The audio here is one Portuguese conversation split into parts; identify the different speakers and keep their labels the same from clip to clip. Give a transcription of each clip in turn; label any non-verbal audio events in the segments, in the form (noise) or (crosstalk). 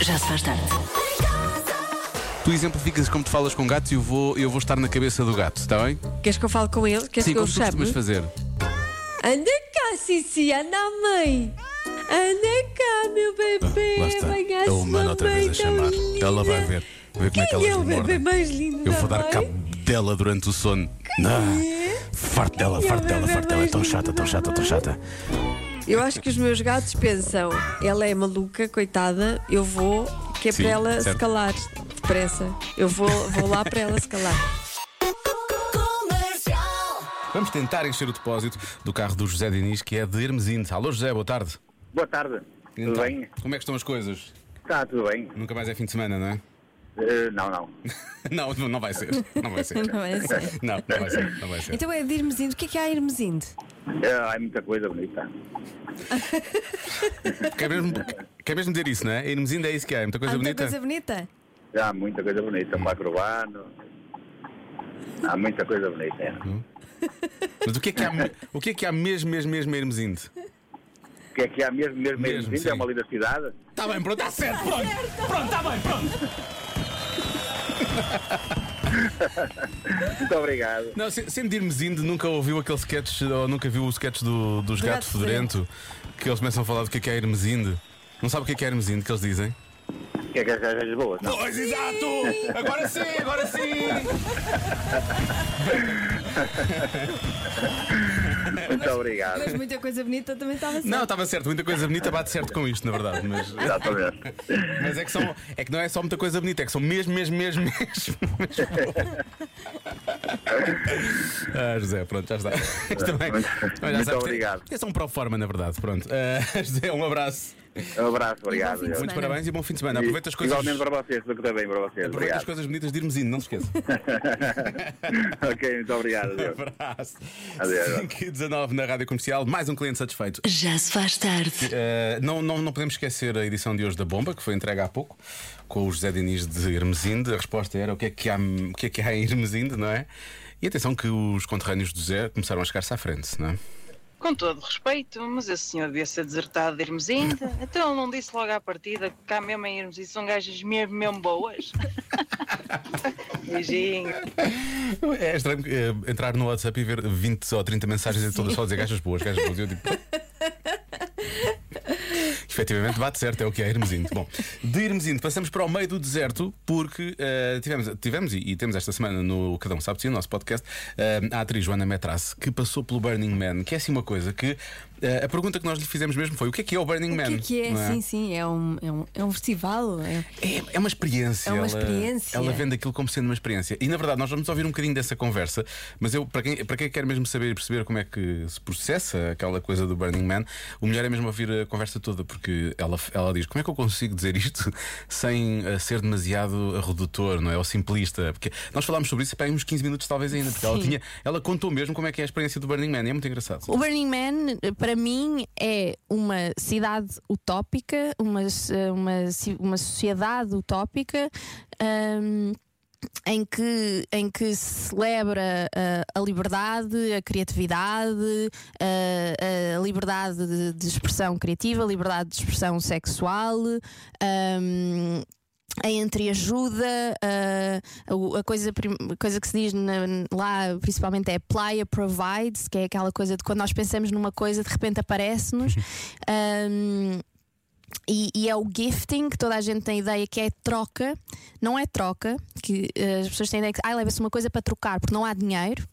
Speaker 1: Já se faz tarde.
Speaker 2: Tu exemplificas como te falas com gatos e eu vou, eu vou estar na cabeça do gato, está bem?
Speaker 3: Queres que eu fale com ele? Queres
Speaker 2: Sim,
Speaker 3: que eu
Speaker 2: como tu
Speaker 3: chame?
Speaker 2: costumas fazer.
Speaker 3: Anda cá, Cici, anda à mãe. Anda cá, meu bebê.
Speaker 2: Ah, Lá está.
Speaker 3: Venha
Speaker 2: É
Speaker 3: a
Speaker 2: o humano
Speaker 3: sua
Speaker 2: outra vez
Speaker 3: mãe
Speaker 2: a chamar.
Speaker 3: tão linda.
Speaker 2: Ela vai ver. Ver como é que
Speaker 3: Quem
Speaker 2: elas
Speaker 3: é o
Speaker 2: me
Speaker 3: bebê
Speaker 2: mordem.
Speaker 3: mais lindo
Speaker 2: Eu
Speaker 3: da
Speaker 2: vou dar
Speaker 3: mãe?
Speaker 2: cabo dela durante o sono. Não. Farto dela, farto dela, farto dela. É tão chata, tão chata, tão chata.
Speaker 3: Eu acho que os meus gatos pensam, ela é maluca, coitada, eu vou, que é
Speaker 2: Sim,
Speaker 3: para ela
Speaker 2: certo.
Speaker 3: se calar depressa. Eu vou, vou lá para ela se calar.
Speaker 2: Vamos tentar encher o depósito do carro do José Diniz, que é de Hermesinde. Alô, José, boa tarde.
Speaker 4: Boa tarde. tudo
Speaker 2: Então,
Speaker 4: bem?
Speaker 2: Como é que estão as coisas?
Speaker 4: Está tudo bem?
Speaker 2: Nunca mais é fim de semana, não é? (laughs)
Speaker 4: Eh, não, não.
Speaker 2: não, não vai ser. Não vai ser.
Speaker 3: Não é assim.
Speaker 2: Não, não vai ser. Não vai ser.
Speaker 3: Então é de Irmesindo. O que é que há Irmesindo?
Speaker 4: Eh, Há muita coisa bonita.
Speaker 2: Quer mesmo, quer mesmo dizer isso, não é? Hermesinde é isso que é. Muita coisa bonita.
Speaker 3: bonita?
Speaker 4: Há muita coisa bonita. Um parque urbano. Há muita coisa bonita. é.
Speaker 2: Hum. Mas o que é que há, me- o que é que há mesmo, mesmo, mesmo em Hermesinde?
Speaker 4: O que é que há mesmo, mesmo,
Speaker 2: Mesmo,
Speaker 4: mesmo? mesmo
Speaker 2: sim.
Speaker 4: é uma linda cidade.
Speaker 2: Está Tá bem, pronto, está certo, pronto.
Speaker 4: Muito obrigado.
Speaker 2: Não, se- sempre de Hermesinde nunca ouviu aquele sketch, ou nunca viu o sketch do- dos
Speaker 3: Gato
Speaker 2: gatos fedorento,
Speaker 3: Fedorento.
Speaker 2: que eles começam a falar do que é que é Hermesinde. Não sabe o que é que é Hermesinde que eles dizem?
Speaker 4: O que é que as gajas boas?
Speaker 2: (laughs)
Speaker 4: Não.
Speaker 2: Pois, exato! Agora sim, agora sim!
Speaker 4: Muito obrigado.
Speaker 3: Mas muita coisa bonita também estava
Speaker 2: Não, estava certo, muita coisa bonita bate certo com isto, na verdade, mas...
Speaker 4: Exatamente.
Speaker 2: Mas é que, são, é que não é só muita coisa bonita, é que são mesmo, mesmo, mesmo, mesmo. mesmo. ah, José, pronto, já está. Isto também-
Speaker 4: Muito-
Speaker 2: também já
Speaker 4: muito
Speaker 2: sabes,
Speaker 4: obrigado.
Speaker 2: É só um pro forma, na verdade, pronto. Ah, José, um abraço.
Speaker 4: Um abraço, obrigado.
Speaker 3: fim de
Speaker 2: Muitos
Speaker 3: Semana.
Speaker 2: parabéns e bom fim de semana. Aproveita as coisas.
Speaker 4: Igualmente para vocês, tudo que está bem para vocês.
Speaker 2: Aproveita
Speaker 4: Obrigado.
Speaker 2: as coisas bonitas de irmos indo, não se esqueça.
Speaker 4: (laughs)
Speaker 2: (laughs) Um
Speaker 4: ok, muito obrigado. Adeus.
Speaker 2: Abraço.
Speaker 4: Adeus.
Speaker 2: 5 e 19 na Rádio Comercial, mais um cliente satisfeito.
Speaker 1: Já se faz tarde.
Speaker 2: Uh, não, não, não podemos esquecer a edição de hoje da Bomba, que foi entregue há pouco, com o José Diniz de Hermesinde. A resposta era o que é que há, o que é que há em Hermesinde, não é? E atenção que os conterrâneos do Zé começaram a chegar-se à frente, não é?
Speaker 5: Com todo respeito, mas esse senhor devia ser desertado
Speaker 6: (laughs)
Speaker 5: de Irmesinda. Então ele não disse logo à partida que cá mesmo em Irmesinda são gajas mesmo, mesmo
Speaker 6: (laughs)
Speaker 5: boas. Beijinho.
Speaker 2: É estranho eh, entrar no WhatsApp e ver 20 ou 30 mensagens e todas só a dizer gajas boas, gajas boas. E Eu tipo, digo.
Speaker 3: (laughs)
Speaker 2: Efetivamente bate certo, é o que é Hermesindo. Bom, de Hermesindo passamos para o meio do deserto porque eh, tivemos, tivemos e, e temos esta semana no Cada um Sabe Sim, no nosso podcast, eh, a atriz Joana Metrasse que passou pelo Burning Man, que é assim uma coisa que eh, a pergunta que nós lhe fizemos mesmo foi: o que é que é o Burning Man?
Speaker 3: O que é que é?
Speaker 2: Não
Speaker 3: Sim, sim, é um, é um, é um festival. É...
Speaker 2: é, é uma experiência.
Speaker 3: É
Speaker 2: ela-
Speaker 3: uma experiência.
Speaker 2: Ela, vende aquilo como sendo uma experiência. E na verdade, nós vamos ouvir um bocadinho dessa conversa, mas eu, para quem, para quem quer mesmo saber e perceber como é que se processa aquela coisa do Burning Man, o melhor é mesmo ouvir a conversa toda, porque ela, ela diz: como é que eu consigo dizer isto (laughs) sem eh, ser demasiado redutor, não é? Ou simplista? Porque nós falámos sobre isso para uns 15 minutos, talvez ainda, porque ela,
Speaker 7: Sim.
Speaker 2: tinha, ela contou mesmo como é que é a experiência do Burning Man, e é muito engraçado.
Speaker 7: O Burning Man, eh, para mim, é uma cidade utópica, uma, s- eh, uma, ci- uma sociedade utópica. ahm, em que, em que se celebra ah, a liberdade, a criatividade, ah, a liberdade de, de expressão criativa, a liberdade de expressão sexual, ahm, a entreajuda, ah, o- a, coisa, prim- a coisa que se diz na- lá principalmente é playa provides, que é aquela coisa de quando nós pensamos numa coisa de repente aparece-nos. Ahm, e, e é o gifting, que toda a gente tem a ideia que é troca, não é troca, que eh, as pessoas têm a ideia que ah, leva-se uma coisa para trocar porque não há dinheiro.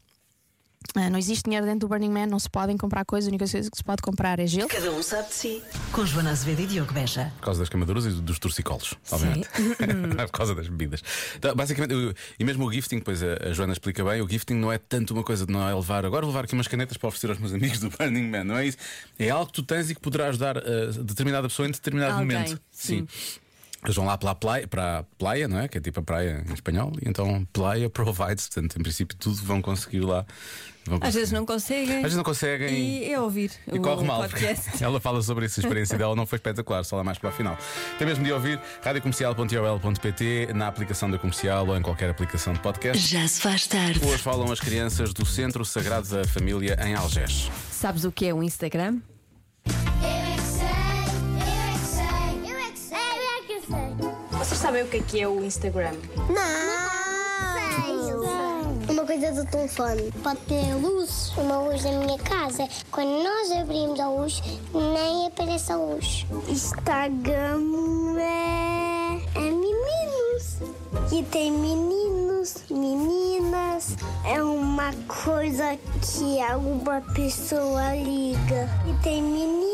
Speaker 7: Ah, não existe dinheiro dentro do Burning Man, não se podem comprar coisas, a única coisa que se pode comprar é gelo.
Speaker 1: Cada um sabe de si. Com Joana Azevedo e Diogo Beja.
Speaker 2: Por causa das queimaduras e dos torcicolos,
Speaker 3: (laughs)
Speaker 2: obviamente. (laughs) Não é por causa das bebidas. Então, basicamente, o- e mesmo o gifting, pois a, a Joana explica bem, o gifting não é tanto uma coisa de não é levar agora, vou levar aqui umas canetas para oferecer aos meus amigos do Burning Man, não é isso? É algo que tu tens e que poderá ajudar eh, determinada pessoa em determinado
Speaker 3: Alguém,
Speaker 2: momento. Sim. Eles vão lá pela playa, para a playa, não é? Que é tipo a praia em espanhol, e então playa provides, portanto, em princípio, tudo vão conseguir lá. Vão
Speaker 3: Às
Speaker 2: conseguir.
Speaker 3: vezes não conseguem.
Speaker 2: Às vezes não conseguem.
Speaker 3: E é ouvir
Speaker 2: E
Speaker 3: o
Speaker 2: corre mal.
Speaker 7: (laughs)
Speaker 3: podcast.
Speaker 2: porque (laughs) Ela fala sobre essa experiência dela, não foi espetacular, só lá mais para o final. Tem mesmo de ouvir radiocomercial.ol.pt na aplicação da comercial ou em qualquer aplicação de podcast.
Speaker 1: Já se faz tarde.
Speaker 2: Hoje falam as crianças do Centro Sagrado da Família em Algés.
Speaker 3: Sabes o que é o Instagram?
Speaker 8: Eu é que sei, eu é que sei, eu é que sei, eu é que sei. sabem o que é que é o Instagram?
Speaker 9: Não! Uma coisa do telefone. Pode ter luz. Uma luz na minha casa. Quando nós abrimos a luz, nem aparece a luz. Instagram é. é meninos. E tem meninos, meninas. É uma coisa que alguma pessoa liga. E tem meninos.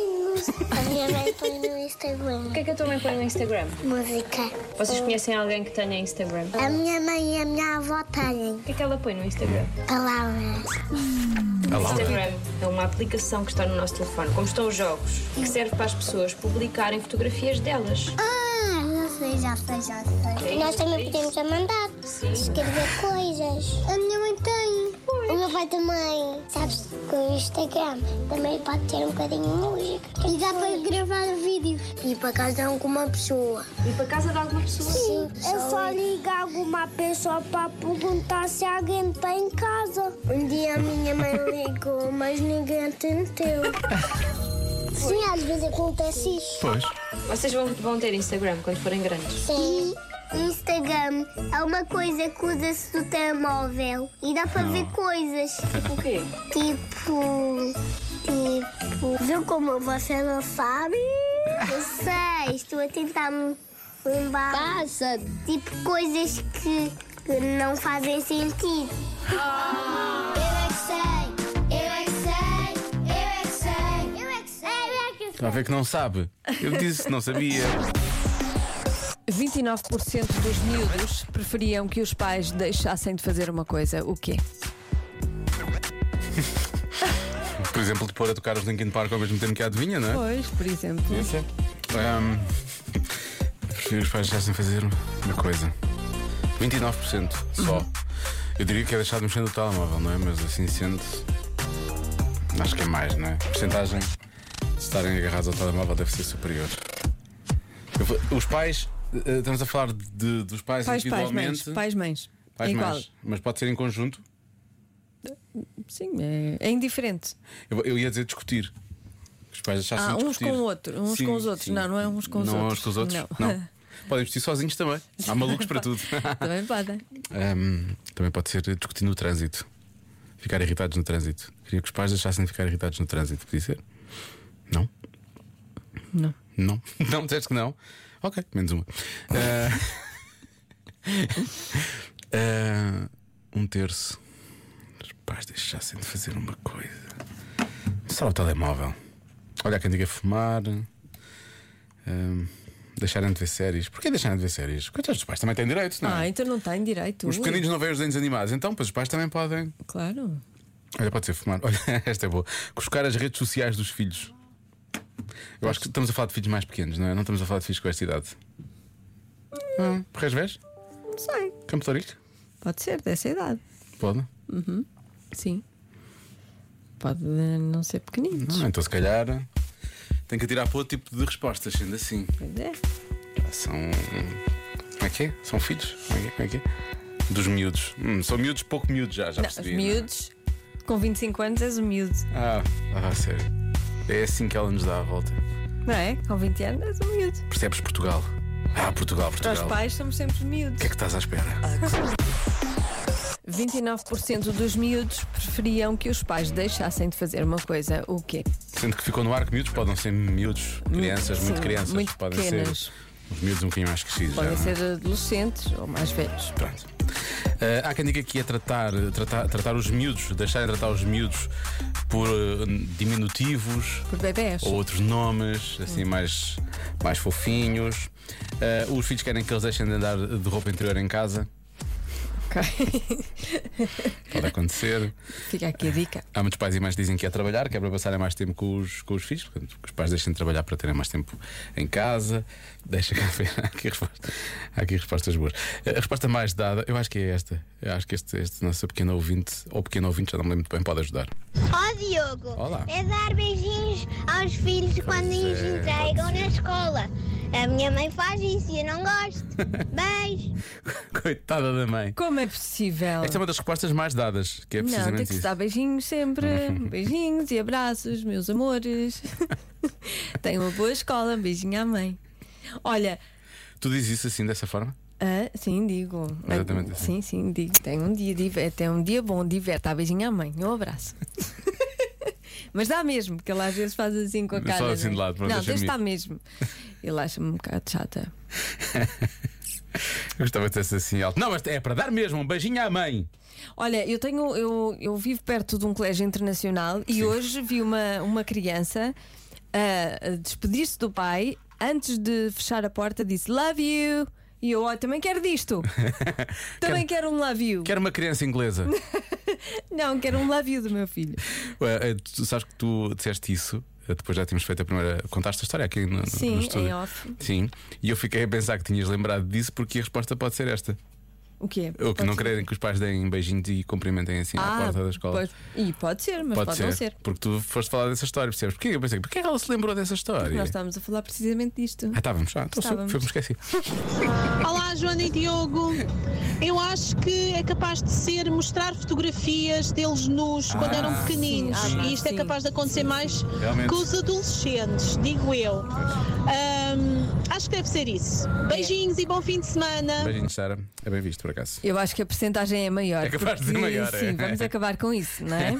Speaker 9: A minha mãe põe no Instagram.
Speaker 8: O que é que a tua mãe põe no Instagram?
Speaker 9: Música.
Speaker 8: Vocês conhecem alguém que tenha Instagram?
Speaker 9: A minha mãe e a minha avó têm
Speaker 8: O que é que ela põe no Instagram?
Speaker 9: palavras.
Speaker 2: A Laura.
Speaker 8: Instagram é uma aplicação que está no nosso telefone, como estão os jogos, que serve para as pessoas publicarem fotografias delas.
Speaker 9: Ah, não sei, já sei, já sei. Nós
Speaker 8: É
Speaker 9: também podemos a mandar, escrever coisas. A minha mãe tem. O meu pai também. Sabes que o Instagram também pode ter um bocadinho de música. E dá para gravar vídeos. E para casa com uma pessoa.
Speaker 8: E para casa de alguma pessoa.
Speaker 9: Sim, é só ligar alguma pessoa para perguntar se alguém está em casa. Um dia a minha mãe ligou, mas ninguém (laughs) atendeu. Sim, às vezes acontece isso.
Speaker 2: Pois.
Speaker 8: Vocês vão, vão ter Instagram quando forem grandes.
Speaker 9: Sim. Instagram é uma coisa que usa-se do telemóvel e dá para ver coisas.
Speaker 8: Tipo o quê?
Speaker 9: Tipo. Tipo. Viu como você não sabe? Eu sei, estou a tentar me lembrar. Passa! Tipo coisas que, que não fazem sentido. Eu é que sei! Eu é que sei! Eu é que sei! Eu é que sei! Eu é que
Speaker 2: Está a ver que não sabe. Eu disse, não sabia.
Speaker 3: 29% dos miúdos preferiam que os pais deixassem de fazer uma coisa. O quê?
Speaker 2: Por exemplo, de pôr a tocar os Linkin Park ao mesmo tempo que a adivinha, não é?
Speaker 3: Pois, por exemplo.
Speaker 2: Ahm, que os pais deixassem fazer uma coisa. 29% só.
Speaker 3: Uhum.
Speaker 2: Eu diria que é deixar de mexer no telemóvel, não é? Mas assim sendo. Acho que é mais, não é? A porcentagem de estarem agarrados ao telemóvel deve ser superior. Eu vou- Os pais. eh, Estamos a falar de- dos pais,
Speaker 3: Pais, pais, mães.
Speaker 2: individualmente.
Speaker 3: Pais, mães.
Speaker 2: Pais,
Speaker 3: é igual.
Speaker 2: mães. Mas pode ser em conjunto.
Speaker 3: Sim, é, é indiferente.
Speaker 2: Eu, eu ia dizer discutir. Os pais deixassem
Speaker 3: Ah,
Speaker 2: de
Speaker 3: uns
Speaker 2: discutir.
Speaker 3: com o outro, uns com os outros. Não, não é uns com os
Speaker 2: não
Speaker 3: outros.
Speaker 2: é uns com os outros.
Speaker 3: Não. (laughs)
Speaker 2: Não. Podem discutir sozinhos também. Há malucos para tudo.
Speaker 3: Também podem.
Speaker 2: Ahm, também pode ser discutir no trânsito. Ficar irritados no trânsito. Queria que os pais deixassem de ficar irritados no trânsito. Podia ser? Não?
Speaker 3: Não.
Speaker 2: Não. (laughs) Não, disseste que não. Ok, menos uma. Ah, (laughs) ah, um terço. Os pais deixassem de fazer uma coisa. Só o telemóvel. Olha quem diga fumar. Ahm, deixarem de ver séries. Porquê deixarem de ver séries? Coitados dos pais também têm direito, (laughs) não é?
Speaker 3: Ah, então não tem direito.
Speaker 2: Os
Speaker 3: Ui,
Speaker 2: pequeninos não veem os desenhos animados, então, pois os pais também podem.
Speaker 3: Claro.
Speaker 2: Olha, pode ser fumar. (laughs) Olha, esta é boa. Cuscar as redes sociais dos filhos. Eu acho que estamos a falar de filhos mais pequenos, não é? Não estamos a falar de filhos com esta idade. Hum. Porres Vés?
Speaker 3: Não sei.
Speaker 2: Campo de Ourique?
Speaker 3: Pode ser dessa idade.
Speaker 2: Pode?
Speaker 3: Sim. Pode eh, não ser pequeninos.
Speaker 2: Não, então se calhar tem que atirar para outro tipo de respostas, sendo assim. Ah,
Speaker 3: Pois é.
Speaker 2: São. Como é que é? São filhos? Como é que é? Como é que é? Dos miúdos. Hum, são miúdos, pouco miúdos já, já
Speaker 3: Não, os
Speaker 2: percebi. não é?
Speaker 3: miúdos, com 25 anos és um miúdo,
Speaker 2: Ah, ah, sério. É assim que ela nos dá a volta.
Speaker 3: não é? Com 20 anos és um miúdo.
Speaker 2: Percebes Portugal? Ah, Portugal,
Speaker 3: Para os
Speaker 2: Portugal.
Speaker 3: pais Ah. somos sempre
Speaker 2: O
Speaker 3: miúdos.
Speaker 2: que é que estás à espera?
Speaker 3: 29% dos miúdos preferiam que os pais deixassem de fazer uma coisa. O quê?
Speaker 2: Sendo que ficou no ar que miúdos podem ser miúdos, crianças,
Speaker 3: sim,
Speaker 2: muito crianças,
Speaker 3: muito
Speaker 2: podem
Speaker 3: pequenas.
Speaker 2: ser os miúdos um bocadinho mais crescidos.
Speaker 3: Podem
Speaker 2: já, não é?
Speaker 3: ser adolescentes ou mais velhos.
Speaker 2: Pronto. Ah, há quem diga que é tratar, tratar, tratar os miúdos, deixarem de tratar os miúdos por ah, diminutivos
Speaker 3: Por bebés.
Speaker 2: ou outros nomes,
Speaker 3: Hum.
Speaker 2: assim mais, mais fofinhos. Ah, os filhos querem que eles deixem de andar de roupa interior em casa,
Speaker 3: Ok. (laughs)
Speaker 2: pode acontecer.
Speaker 3: Fica aqui a dica.
Speaker 2: Há muitos pais e mães que dizem que é trabalhar, que é para passarem mais tempo com os, com os filhos, portanto, que os pais deixem de trabalhar para terem mais tempo em casa. Deixa cá ver. (laughs) Há aqui, resposta- há aqui respostas boas. A resposta mais dada, eu acho que é esta. Eu acho que este, este nosso pequeno ouvinte, ou pequeno ouvinte, já não me lembro muito bem, pode ajudar.
Speaker 9: Ó Diogo,
Speaker 2: Olá.
Speaker 9: é dar beijinhos aos filhos quando
Speaker 2: é,
Speaker 9: eles entregam na escola. A minha mãe faz isso e eu
Speaker 2: (laughs)
Speaker 9: não gosto. Beijo.
Speaker 2: (laughs) Coitada da mãe.
Speaker 3: Como é possível?
Speaker 2: Esta é uma das respostas mais dadas, que é
Speaker 3: Não, tem
Speaker 2: precisamente
Speaker 3: que se
Speaker 2: isso.
Speaker 3: dar
Speaker 2: (laughs)
Speaker 3: beijinhos sempre. Beijinhos e abraços, meus (laughs) amores. Tenham uma boa escola. Um beijinho à mãe. Olha,
Speaker 2: Tu dizes isso assim, dessa
Speaker 3: (laughs)
Speaker 2: forma?
Speaker 3: Ah, sim, digo.
Speaker 2: Exatamente assim.
Speaker 3: Sim, sim, digo. Tem um dia, diver- tem um dia bom, diverte. Dá beijinho à mãe, um abraço. (laughs) Mas dá mesmo, porque ele às vezes faz assim com a
Speaker 2: Só
Speaker 3: cara.
Speaker 2: assim de lado, pronto,
Speaker 3: não,
Speaker 2: deixa-me
Speaker 3: deixa
Speaker 2: ir.
Speaker 3: estar mesmo. Ele acha-me um bocado chata.
Speaker 2: Eu gostava de ser assim alto. Não, mas é para dar mesmo um beijinho à mãe.
Speaker 3: Olha, eu tenho, eu, eu vivo perto de um colégio internacional e hoje vi uma, uma criança ah, a despedir-se do pai. Antes de fechar a porta, disse Love you! E eu, ó, também
Speaker 2: (laughs)
Speaker 3: quero disto! também quero um love you!
Speaker 2: Quero uma criança
Speaker 3: (laughs)
Speaker 2: inglesa.
Speaker 3: Não, quero um love you do meu filho.
Speaker 2: Ué, eh, tu sabes que tu disseste isso? eh, Depois já tínhamos feito a primeira. Contaste a história aqui no, no-
Speaker 3: Sim,
Speaker 2: no estúdio.
Speaker 3: em off.
Speaker 2: Sim. E eu fiquei a pensar que tinhas lembrado disso porque a resposta pode ser esta.
Speaker 3: O quê?
Speaker 2: Ou que
Speaker 3: Pode
Speaker 2: não
Speaker 3: ser? Ah,
Speaker 2: quererem que os pais deem beijinhos e cumprimentem assim à porta da escola.
Speaker 3: pois- e pode ser, mas pode, não ser.
Speaker 2: Porque tu foste falar dessa história, percebes? Porquê? Eu pensei, porquê é que ela se lembrou dessa história?
Speaker 3: Nós estávamos a falar precisamente disto.
Speaker 2: Ah, estávamos, ah, então
Speaker 3: Estávamos.
Speaker 2: foi me
Speaker 3: (laughs)
Speaker 2: esqueci.
Speaker 10: Olá, Joana e Diogo. Eu acho que é capaz de ser mostrar fotografias deles nus quando eram pequeninos.
Speaker 3: Ah, sim. Ah,
Speaker 10: e isto
Speaker 3: sim.
Speaker 10: é capaz de acontecer mais
Speaker 2: Realmente.
Speaker 10: com os adolescentes, digo eu. Ahm, acho que deve ser isso. Beijinhos e bom fim de semana.
Speaker 2: Beijinhos, Sara. É bem visto, por acaso.
Speaker 3: Eu acho que a percentagem é maior.
Speaker 2: É capaz de ser
Speaker 3: porque-
Speaker 2: maior, é.
Speaker 3: Sim, vamos acabar com isso,
Speaker 2: (laughs)
Speaker 3: não é?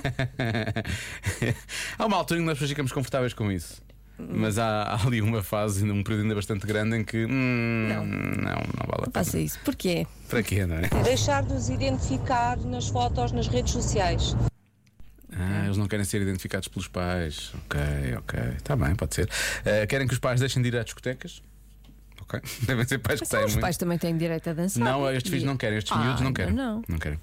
Speaker 2: há uma altura em que nós ficamos confortáveis com isso. Mas há, há ali uma fase, ainda um período ainda bastante grande em que. hum,
Speaker 3: Não.
Speaker 2: não, não vale a pena.
Speaker 3: Faça isso. Porquê?
Speaker 2: Para quê, não é?
Speaker 11: Deixar-nos identificar nas fotos, nas redes sociais.
Speaker 2: Ah, eles não querem ser identificados pelos pais. Ok, ok. Está bem, pode ser. Ah, querem que os pais deixem de ir às discotecas? Ok. (laughs) Devem ser pais que
Speaker 3: São
Speaker 2: saem
Speaker 3: os
Speaker 2: muito.
Speaker 3: pais também têm direito a dançar.
Speaker 2: Não, estes filhos
Speaker 3: E-
Speaker 2: não querem, estes
Speaker 3: Ah,
Speaker 2: miúdos não querem.
Speaker 3: Não,
Speaker 2: querem.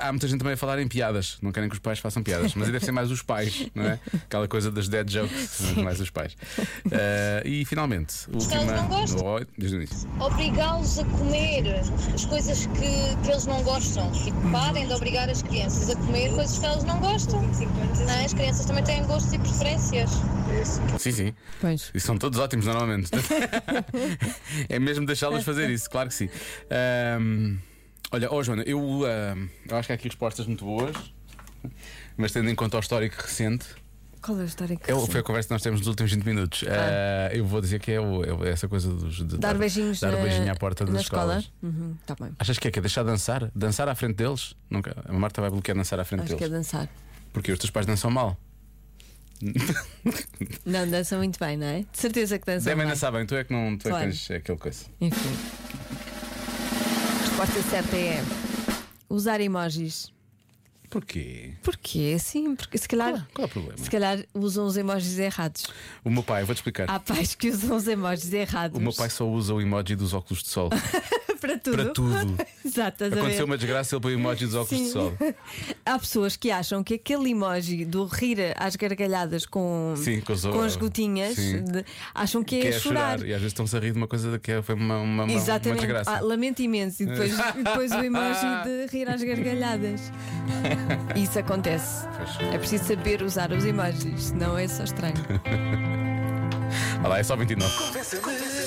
Speaker 2: Ah, há muita gente também a falar em piadas, não querem que os pais façam piadas, mas aí deve ser mais os pais, não
Speaker 3: (laughs)
Speaker 2: é? Aquela coisa das dead jokes, mais os pais. Ah, e finalmente, última.
Speaker 11: não gostam.
Speaker 2: Oh, desde o início.
Speaker 11: Obrigá-los a comer as coisas que, que eles não gostam. E
Speaker 3: Uhum.
Speaker 11: parem de obrigar as crianças a comer coisas que elas não gostam. Não é? As crianças também têm gostos e preferências.
Speaker 2: Sim, sim.
Speaker 3: Pois.
Speaker 2: E são todos ótimos normalmente. (laughs) é mesmo deixá-los fazer isso, claro que sim. Ahm, olha, oh Joana, eu, ahm, eu acho que há aqui respostas muito boas, mas tendo em conta o histórico recente.
Speaker 3: Qual é a história que
Speaker 2: É, o- foi a conversa que nós temos nos últimos 20 minutos. Ah, eu vou dizer que é, o- é o- essa coisa dos, de
Speaker 3: Dar beijinhos
Speaker 2: dar o
Speaker 3: na-
Speaker 2: beijinho à porta
Speaker 3: na
Speaker 2: das
Speaker 3: escola.
Speaker 2: escolas.
Speaker 3: Uhum, tá bem.
Speaker 2: Achas que é que é deixar dançar? Dançar à frente deles? Nunca. A Marta vai bloquear dançar à frente
Speaker 3: Acho que é
Speaker 2: deles.
Speaker 3: dançar.
Speaker 2: Porque os teus pais dançam mal.
Speaker 3: Não, dançam muito bem, não é? De certeza que dançam
Speaker 2: Devem
Speaker 3: bem.
Speaker 2: dançar bem, tu é que não tu é que
Speaker 3: Claro.
Speaker 2: tens aquele coisa.
Speaker 3: Enfim. A resposta certa é usar emojis.
Speaker 2: Porquê?
Speaker 3: Porquê? Sim, porque se calhar,
Speaker 2: Qual é o problema?
Speaker 3: se calhar usam os emojis errados.
Speaker 2: O meu pai, vou te explicar.
Speaker 3: Há pais que usam os emojis errados.
Speaker 2: O meu pai só usa o emoji dos óculos de sol.
Speaker 3: (laughs) para tudo.
Speaker 2: Para tudo.
Speaker 3: Exato, estás a ver?
Speaker 2: Aconteceu uma desgraça, ele põe o emoji dos óculos de
Speaker 3: Sim.
Speaker 2: sol.
Speaker 3: Há pessoas que acham que aquele emoji do rir às gargalhadas com,
Speaker 2: Sim, com os-
Speaker 3: as gotinhas
Speaker 2: Sim.
Speaker 3: de- acham que é,
Speaker 2: Que é
Speaker 3: chorar.
Speaker 2: E às vezes estão-se a rir de uma coisa que é- foi uma, uma, uma- uma
Speaker 3: Exatamente,
Speaker 2: desgraça.
Speaker 3: Ah, lamento imenso.
Speaker 2: (laughs)
Speaker 3: E depois, e depois o emoji de rir às gargalhadas. Isso acontece.
Speaker 2: Pois.
Speaker 3: É preciso saber usar os emojis, senão é só estranho.
Speaker 2: Olha lá, é só 29.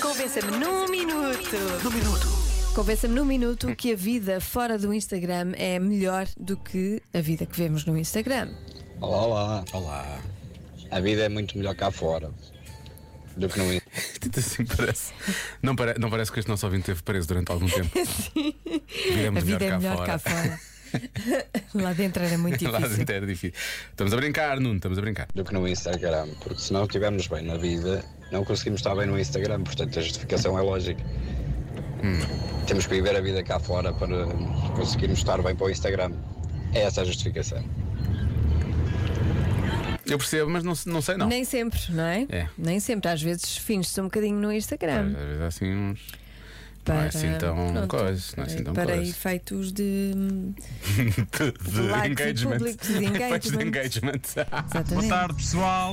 Speaker 3: Convença-me num minuto. Convença-me num minuto que a vida fora do Instagram é melhor do que a vida que vemos no Instagram.
Speaker 12: Olá, olá. Olá. A vida é muito melhor cá fora do que no
Speaker 2: (laughs) Tenta assim, parece. Não, pare- não parece que este nosso ouvinte esteve preso durante algum
Speaker 3: (laughs)
Speaker 2: tempo. Sim.
Speaker 3: A vida é melhor
Speaker 2: (laughs)
Speaker 3: cá fora. Lá dentro era muito
Speaker 2: Lá
Speaker 3: difícil.
Speaker 2: dentro é era difícil. Estamos a brincar, Nuno, estamos a brincar.
Speaker 12: do que no Instagram, porque se não estivermos bem na vida, não conseguimos estar bem no Instagram, portanto a justificação é lógica. Temos que viver a vida cá fora para conseguirmos estar bem para o Instagram. É essa a justificação.
Speaker 2: Eu percebo, mas não, se- não sei, não.
Speaker 3: Nem sempre, não é?
Speaker 2: É.
Speaker 3: Nem sempre. Às vezes finge-se um bocadinho no
Speaker 2: Às
Speaker 3: Instagram.
Speaker 2: vezes há assim uns. (laughs) não é assim tão coisa, não é assim tão
Speaker 3: para
Speaker 2: coisa.
Speaker 3: efeitos de.
Speaker 2: de, de
Speaker 3: Likes e
Speaker 2: engagement.
Speaker 3: públicos
Speaker 2: (laughs)
Speaker 3: de
Speaker 2: Efeitos de engagement. (laughs)
Speaker 3: Exatamente.
Speaker 11: pessoal.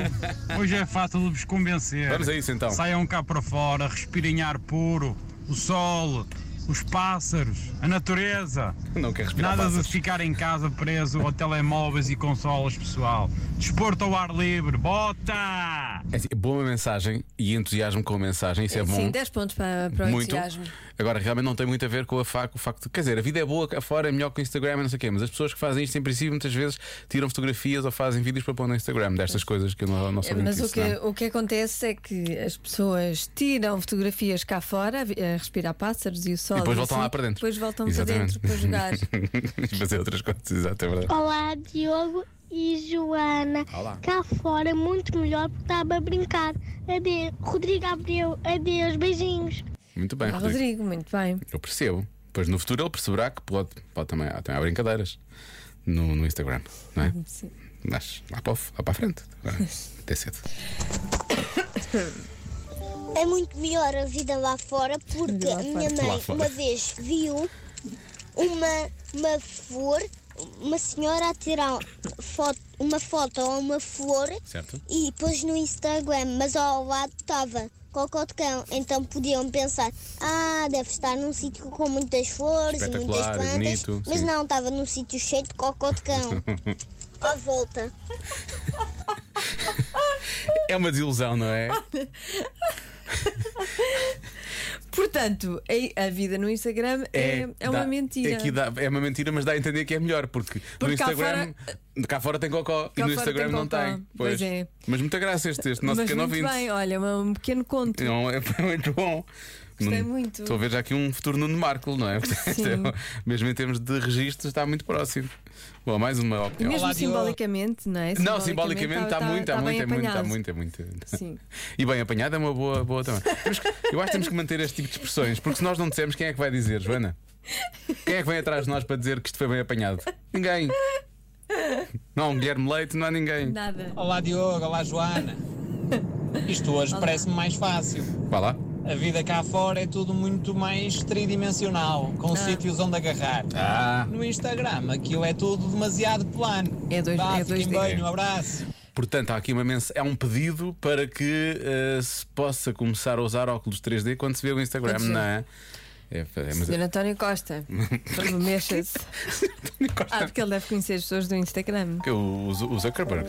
Speaker 11: Hoje é fácil de vos convencer.
Speaker 2: Vamos a isso então.
Speaker 11: Saiam cá para fora, respirem ar puro, o sol,
Speaker 13: os pássaros, a natureza.
Speaker 2: Não quer respirar
Speaker 13: Nada
Speaker 2: pássaros.
Speaker 13: de ficar em casa preso a telemóveis e consolas, pessoal. Desporto ao ar livre, bota!
Speaker 2: É assim, boa mensagem e entusiasmo com a mensagem, isso é bom.
Speaker 3: Sim, 10 pontos para, para o
Speaker 2: muito.
Speaker 3: entusiasmo.
Speaker 2: Agora, realmente não tem muito a ver com a fa- com o facto de. Quer dizer, a vida é boa cá fora, é melhor que o Instagram, e não sei o quê, mas as pessoas que fazem isto, em princípio, muitas vezes tiram fotografias ou fazem vídeos para pôr no Instagram destas coisas que eu não, não sabia
Speaker 3: É, Mas
Speaker 2: disso,
Speaker 3: o que, o que acontece é que as pessoas tiram fotografias cá fora, a respirar pássaros e o sol.
Speaker 2: E depois
Speaker 3: e
Speaker 2: voltam
Speaker 3: assim,
Speaker 2: lá para dentro.
Speaker 3: Depois voltam
Speaker 2: Exatamente.
Speaker 3: para dentro
Speaker 2: (laughs)
Speaker 3: para jogar.
Speaker 2: E fazer outras coisas, exato, é verdade.
Speaker 9: Olá, Diogo e Joana.
Speaker 2: Olá.
Speaker 9: Cá fora é muito melhor porque estava a brincar. Adeus. Rodrigo Abreu, adeus, beijinhos.
Speaker 2: Muito bem,
Speaker 3: Ah,
Speaker 2: Rodrigo.
Speaker 3: Rodrigo, muito bem.
Speaker 2: Eu percebo. Pois no futuro ele perceberá que pode, pode também, há- também há brincadeiras no, no Instagram, não é?
Speaker 3: Uhum, Sim.
Speaker 2: Mas lá para, o f- lá para a frente.
Speaker 3: (laughs)
Speaker 2: Até cedo.
Speaker 14: É muito melhor a vida lá fora porque a minha
Speaker 2: fora. Lá
Speaker 14: mãe
Speaker 2: fora.
Speaker 14: uma vez viu uma, uma flor, uma senhora a tirar foto- uma foto a uma flor
Speaker 2: Certo?
Speaker 14: e pôs no Instagram, mas ao lado estava cocó de cão. Então podiam pensar, ah, deve estar num sítio com muitas flores e muitas
Speaker 2: Espetacular,
Speaker 14: plantas,
Speaker 2: bonito,
Speaker 14: mas
Speaker 2: sim.
Speaker 14: não, estava num sítio cheio de cocó de
Speaker 2: (laughs)
Speaker 14: cão. À volta.
Speaker 2: É uma desilusão, não
Speaker 3: Oh,
Speaker 2: é?
Speaker 3: Portanto, é, a- a vida no Instagram é, é, uma
Speaker 2: dá-
Speaker 3: mentira.
Speaker 2: É, que dá- é uma mentira, mas dá a entender que é melhor, porque, no
Speaker 3: Porque cá
Speaker 2: Instagram. Cá fora tem cocó e
Speaker 3: Cá
Speaker 2: no
Speaker 3: fora
Speaker 2: Instagram
Speaker 3: tem
Speaker 2: não
Speaker 3: cocó.
Speaker 2: tem.
Speaker 3: Pois é.
Speaker 2: Mas muita graça este, este nosso
Speaker 3: Mas
Speaker 2: pequeno
Speaker 3: muito
Speaker 2: ouvinte.
Speaker 3: bem, olha, um pequeno conto.
Speaker 2: Não, (laughs) é muito bom.
Speaker 3: Gostei
Speaker 2: Nuno-
Speaker 3: muito.
Speaker 2: Estou a ver já aqui um futuro Nuno Marco, não é? Portanto, (laughs) é- Mesmo em termos de registro, está muito próximo. Bom, mais uma
Speaker 3: E
Speaker 2: opinião.
Speaker 3: mesmo simbolicamente, tá- não é?
Speaker 2: Não, simbolicamente está muito, está muito, é muito, está muito, é muito.
Speaker 3: Sim.
Speaker 2: E bem apanhada é uma boa, boa também. Temos que- eu acho que temos que manter este tipo de expressões, porque se nós não dissermos, quem é que vai dizer, Joana? Quem é que vem atrás de nós para dizer que isto foi bem apanhado? Ninguém. Não há um Guilherme Leite, não há ninguém.
Speaker 3: Nada.
Speaker 6: Olá Diogo, olá Joana. Isto hoje parece-me mais fácil.
Speaker 2: Vá lá.
Speaker 6: A vida cá fora é tudo muito mais tridimensional, com sítios onde agarrar.
Speaker 2: Ah.
Speaker 6: No Instagram aquilo é tudo demasiado plano. É dois, Vá,
Speaker 2: é dois
Speaker 6: fiquem
Speaker 2: D.
Speaker 6: bem,
Speaker 2: É.
Speaker 6: um abraço.
Speaker 2: Portanto, há aqui uma mens... é um pedido para que eh, se possa começar a usar óculos 3D quando se vê o Instagram,
Speaker 3: Pode ser.
Speaker 2: não é? É, é, mas-
Speaker 3: Senhor António Costa,
Speaker 2: (laughs)
Speaker 3: mexa-se. Ah, porque ele deve conhecer as pessoas do Instagram.
Speaker 2: que eu uso o Zuckerberg.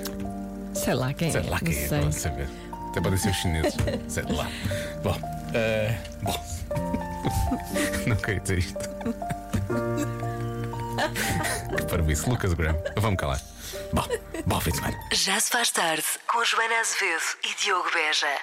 Speaker 3: Sei lá quem
Speaker 2: Sei
Speaker 3: é.
Speaker 2: lá quem é,
Speaker 3: não
Speaker 2: pode saber. Até podem ser os chineses. Sei lá. Bom, eh, bom. (laughs) Não queria dizer isto. que para isso, Lucas Graham. Vamos calar. Bom, bom fim de semana.
Speaker 1: Já se faz tarde com Joana Azevedo e Diogo Beja.